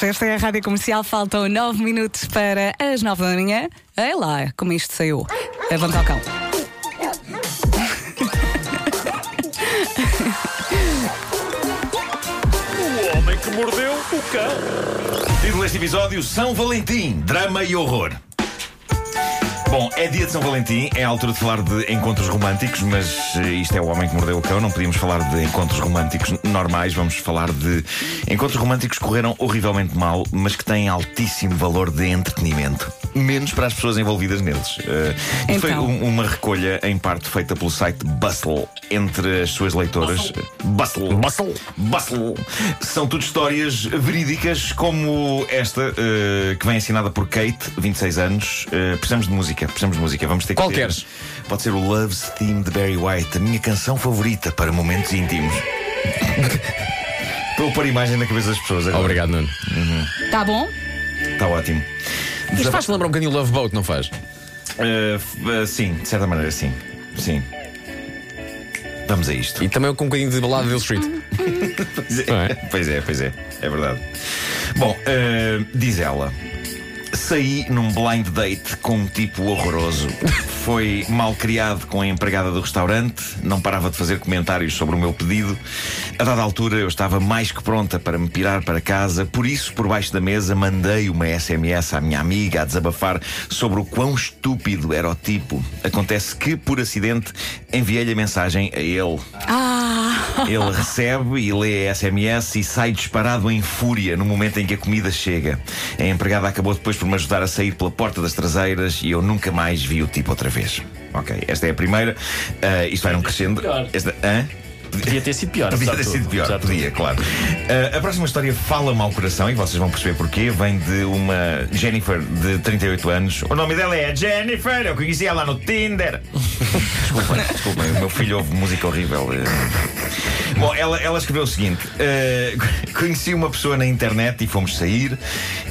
Esta é a Rádio Comercial, faltam 9 minutos para as 9 da manhã. Ei lá, como isto saiu. Levanta o cão. O homem que mordeu o cão. Título deste episódio: São Valentim, drama e horror. Bom, é dia de São Valentim, é a altura de falar de encontros românticos, mas eh, isto é o homem que mordeu o cão, não podíamos falar de encontros românticos normais, vamos falar de encontros românticos que correram horrivelmente mal, mas que têm altíssimo valor de entretenimento. Menos para as pessoas envolvidas neles. Eh, e foi Então. um- uma recolha, em parte, feita pelo site Bustle entre as suas leitoras. Bustle. Bustle. Bustle. São tudo histórias verídicas, como esta, eh, que vem assinada por Kate, 26 anos. Eh, precisamos de música, precisamos de música. Vamos ter que Qual ter- queres? Pode ser o Love's Theme de Barry White, a minha canção favorita para momentos íntimos. Estou a pôr imagem na cabeça das pessoas agora. Obrigado, Nuno. Tá bom? Está ótimo. Isto faz-te lembrar um bocadinho o Love Boat, não faz? Eh, f- eh, sim, de certa maneira, sim. Sim. Vamos a isto. E também com um bocadinho de balada de Hill Street. Uhum. Pois Não é? é, pois é, pois é, é verdade. Bom, eh, diz ela. Saí num blind date com um tipo horroroso. Foi mal criado com a empregada do restaurante, não parava de fazer comentários sobre o meu pedido. A dada altura eu estava mais que pronta para me pirar para casa, por isso, por baixo da mesa, mandei uma SMS à minha amiga a desabafar sobre o quão estúpido era o tipo. Acontece que, por acidente, enviei-lhe a mensagem a ele. Ah, Ele recebe e lê a SMS e sai disparado em fúria no momento em que a comida chega. A empregada acabou depois por me ajudar a sair pela porta das traseiras e eu nunca mais vi o tipo outra vez. Ok, esta é a primeira. Ah, isto vai num crescendo. Pior. Esta, hã? Podia ter sido pior. Podia apesar ter de sido tudo, pior, apesar de tudo. podia, claro. Ah, a próxima história fala mal coração e vocês vão perceber porquê. Vem de uma Jennifer de 38 anos. O nome dela é Jennifer, eu conheci ela no Tinder. desculpem, desculpem, o meu filho ouve música horrível. eh. Bom, ela, ela escreveu o seguinte: eh, Conheci uma pessoa na internet e fomos sair.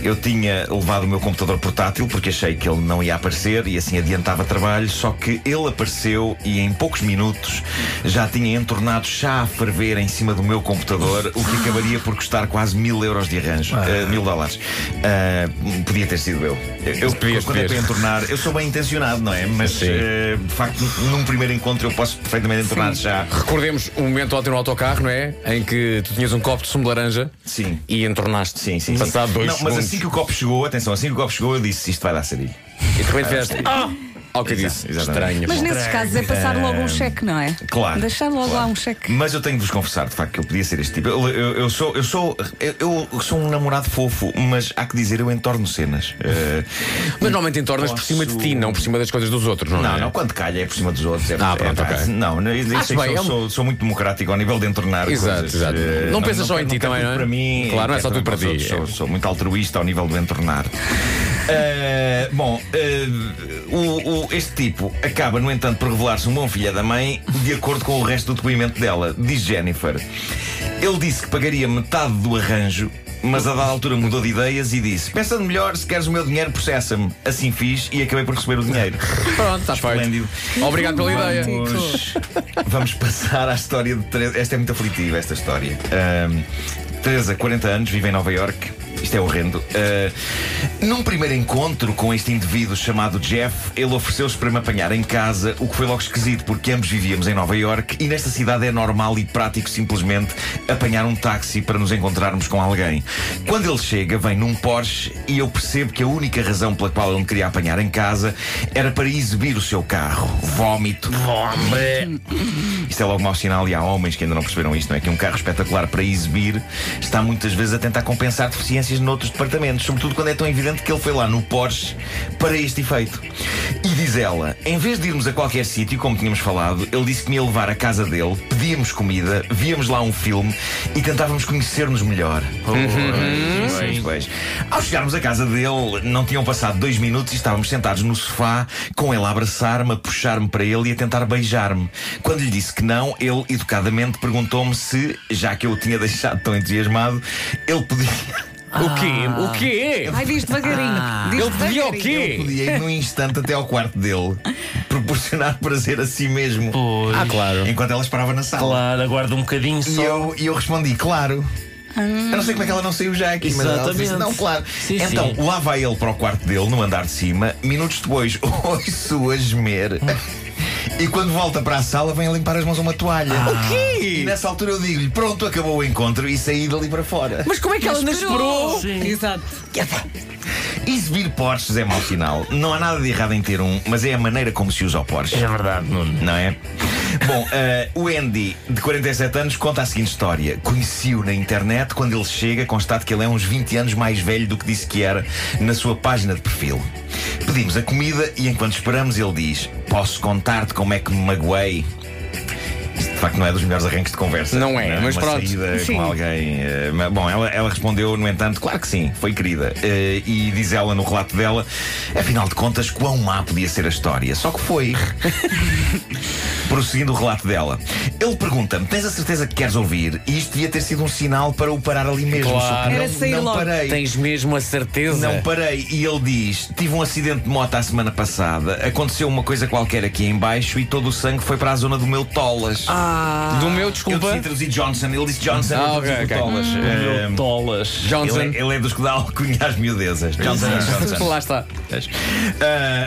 Eu tinha levado o meu computador portátil porque achei que ele não ia aparecer e assim adiantava trabalho. Só que ele apareceu e em poucos minutos já tinha entornado chá a ferver em cima do meu computador, o que acabaria por custar quase mil euros de arranjo, eh, mil dólares. Ah, podia ter sido eu. Eu, eu Podias quando é ter. para entornar, eu sou bem intencionado, não é? Mas Sim. eh, de facto, num primeiro encontro eu posso perfeitamente entornar chá. Recordemos um momento ontem no autocarro, não é? Em que tu tinhas um copo de sumo de laranja Sim. e entornaste. Sim, sim, sim. Passado dois Não, segundos. mas assim que o copo chegou, atenção, assim que o copo chegou, eu disse isto vai dar sarilho. E de repente fizeste. Ah! Ao que eu disse. Exato, Estranho. exatamente. mas nesses casos é passar logo um cheque, não é? Claro. Deixar logo claro. lá um cheque. Mas eu tenho de vos confessar, de facto, que eu podia ser este tipo. Eu, eu- eu sou, eu, sou, eu, eu sou um namorado fofo, mas há que dizer, eu entorno cenas. Eh, Mas normalmente entornas por cima de ti, não por cima das coisas dos outros, não, Não, é? não, quando calha é por cima dos outros. É, Ah, é- pronto, é- ok. Não, não isso, isso, Acho bem, eu é um- sou, sou muito democrático ao nível de entornar Exato, coisas. exato. Eh, Não pensas só em ti quero também, tudo não é? Para mim, Claro, não é quero sou tudo para os outros, ti, Sou, é. sou muito altruísta ao nível do entornar. Eh, bom, eh, o- o- este tipo acaba, no entanto, por revelar-se um bom filho da mãe, de acordo com o resto do depoimento dela, diz Jennifer. Ele disse que pagaria metade do arranjo, mas a dada altura mudou de ideias e disse: Pensando melhor, se queres o meu dinheiro, processa-me. Assim fiz e acabei por receber o dinheiro. Pronto, estás feito. Esplêndido. Obrigado pela ideia. Vamos, vamos passar à história de Teresa. Esta é muito aflitiva, esta história. Ahm, Teresa, 40 anos, vive em Nova York. Isto é horrendo. Ah, num primeiro encontro com este indivíduo chamado Jeff, ele ofereceu-se para me apanhar em casa, o que foi logo esquisito, porque ambos vivíamos em Nova York e nesta cidade é normal e prático simplesmente apanhar um táxi para nos encontrarmos com alguém. Quando ele chega, vem num Porsche e eu percebo que a única razão pela qual ele me queria apanhar em casa era para exibir o seu carro. Vómito. Vómito. Isto é logo mau sinal e há homens que ainda não perceberam isto, não é? Que um carro espetacular para exibir está muitas vezes a tentar compensar deficiências noutros departamentos, sobretudo quando é tão evidente que ele foi lá no Porsche para este efeito. E diz ela, em vez de irmos a qualquer sítio, como tínhamos falado, ele disse que me ia levar à casa dele, pedíamos comida, víamos lá um filme e tentávamos conhecer-nos melhor. Pois, pois, pois. Ao chegarmos à casa dele, não tinham passado dois minutos e estávamos sentados no sofá, com ele a abraçar-me, a puxar-me para ele e a tentar beijar-me. Quando lhe disse que não, ele educadamente perguntou-me se, já que eu o tinha deixado tão entusiasmado, ele podia. O quê? O quê? Ai, diz devagarinho. diz Ele pedia o devagarinho. quê? Ah. Podia ir num instante até ao quarto dele, proporcionar prazer a si mesmo, Pois. Ah, claro. enquanto ela esperava na sala. Claro, aguarda um bocadinho E só. eu, e eu respondi, claro. Eu não sei como é que ela não saiu já aqui, mas ela Exatamente. disse, assim, não, claro. Sim, então, sim. lá vai ele para o quarto dele, no andar de cima, minutos depois, ouço a gemer. E quando volta para a sala, vem a limpar as mãos a uma toalha. Ah. O quê? E nessa altura eu digo-lhe: pronto, acabou o encontro e saí dali para fora. Mas como é que ela não esperou? Sim. Exato. Exibir Porsches é mau sinal. Não há nada de errado em ter um, mas é a maneira como se usa o Porsche. É verdade, Nuno. Não é? Bom, eh, o Andy, de 47 anos, conta a seguinte história. Conheci-o na internet, quando ele chega, constato que ele é uns 20 anos mais velho do que disse que era na sua página de perfil. Pedimos a comida e, enquanto esperamos, ele diz: Posso contar-te como é que me magoei? Isto, de facto, não é dos melhores arranques de conversa. Não é, mas Uma pronto. saída Sim. com alguém. eh, mas, bom, ela, ela respondeu, no entanto, claro que sim, foi querida. Eh, e diz ela no relato dela: Afinal de contas, quão má podia ser a história? Só que foi. Prosseguindo o relato dela, ele pergunta-me: Tens a certeza que queres ouvir? E isto devia ter sido um sinal para o parar ali mesmo. Claro. É. Só que Era não, sair não logo. parei. Tens mesmo a certeza? Não parei. E ele diz: Tive um acidente de moto a semana passada. Aconteceu uma coisa qualquer aqui em baixo e todo o sangue foi para a zona do meu tolas. Ah. Do meu, eu desculpa. decidi traduzir Johnson. Ele disse Johnson. Ah, eu ok, traduzi ok. tolas. Eh, Tolas. Johnson. ele, é, ele é dos que dá alcunha às miudezas. Johnson é Johnson. Lá está.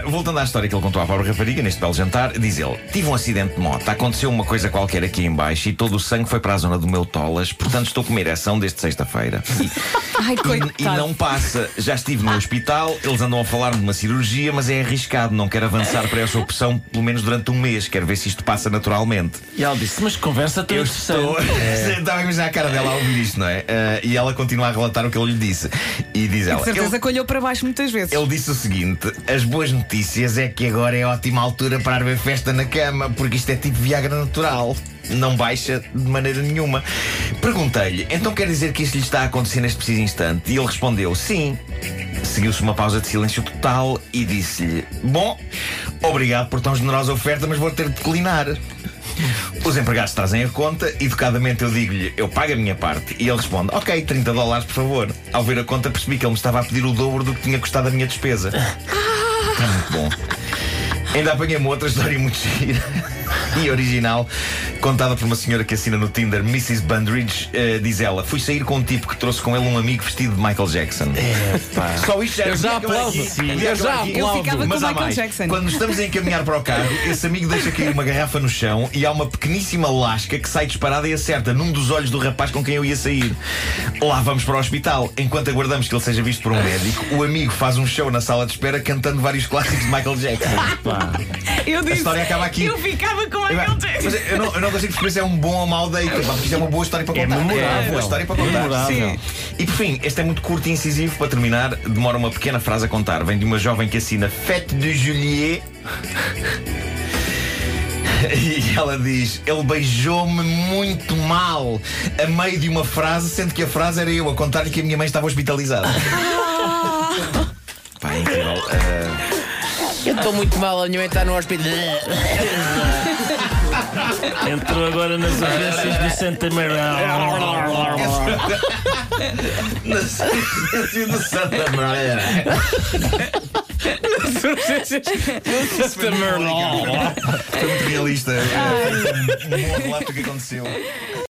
Uh, voltando à história que ele contou à pobre rapariga neste belo jantar, diz ele: Tive um acidente de moto, aconteceu uma coisa qualquer aqui em baixo e todo o sangue foi para a zona do meu tolas, portanto estou com uma ereção desde sexta-feira. Ai, E, e coitado. não passa. Já estive no hospital, eles andam a falar-me de uma cirurgia, mas é arriscado, não quero avançar para essa opção pelo menos durante um mês, quero ver se isto passa naturalmente. E ela disse: Mas que conversa tão Eu interessante. estou. É. Você Estava a imaginar a cara dela ao ouvir isto, não é? Eh, e ela continua a relatar o que ele lhe disse. E diz ela: De certeza "Ele- que olhou para baixo muitas vezes. ele disse o seguinte: as boas notícias é que agora é ótima altura para haver festa na cama, porque isto é tipo Viagra natural. Não baixa de maneira nenhuma. Perguntei-lhe, então quer dizer que isto lhe está a acontecer neste preciso instante? E ele respondeu: sim. Seguiu-se uma pausa de silêncio total e disse-lhe: Bom, obrigado por tão generosa oferta, mas vou ter de declinar. Os empregados trazem a conta, educadamente eu digo-lhe, eu pago a minha parte. E ele responde, ok, 30 dólares, por favor. Ao ver a conta, percebi que ele me estava a pedir o dobro do que tinha custado a minha despesa. É muito bom. Ainda apanhei-me outra história muito gira e original, contada por uma senhora que assina no Tinder, Mrs. Bundridge, eh, diz ela: Fui sair com um tipo que trouxe com ele um amigo vestido de Michael Jackson. Só isto já Eu já Devia acabar aplaudo. aqui. Sim. Devia Eu já acabar aqui. aplaudo. Eu ficava Mas com há Michael mais. Jackson. Quando estamos a encaminhar para o carro, esse amigo deixa cair uma garrafa no chão e há uma pequeníssima lasca que sai disparada e acerta num dos olhos do rapaz com quem eu ia sair. Lá vamos para o hospital. Enquanto aguardamos que ele seja visto por um médico, o amigo faz um show na sala de espera cantando vários clássicos de Michael Jackson. Eu disse. história acaba aqui. Eu ficava com Eu, Michael Jackson. mas eu, não, eu não consigo perceber se é um bom ou mau date, pá, porque isto é uma boa história para contar. É memorável. É uma boa história para contar. Memorável. Sim. E por fim, este é muito curto e incisivo para terminar. Demora uma pequena frase a contar. Vem de uma jovem que assina Fête de Juliet. E ela diz: Ele beijou-me muito mal, a meio de uma frase, sendo que a frase era eu a contar-lhe que a minha mãe estava hospitalizada. Pá, é incrível. Ah, Eu estou muito mal, a minha mãe está no hospital. Entrou agora nas urgências do Santa Maria. Na ciência do Santa Maria. Foi muito realista. Foi um bom relato do que aconteceu.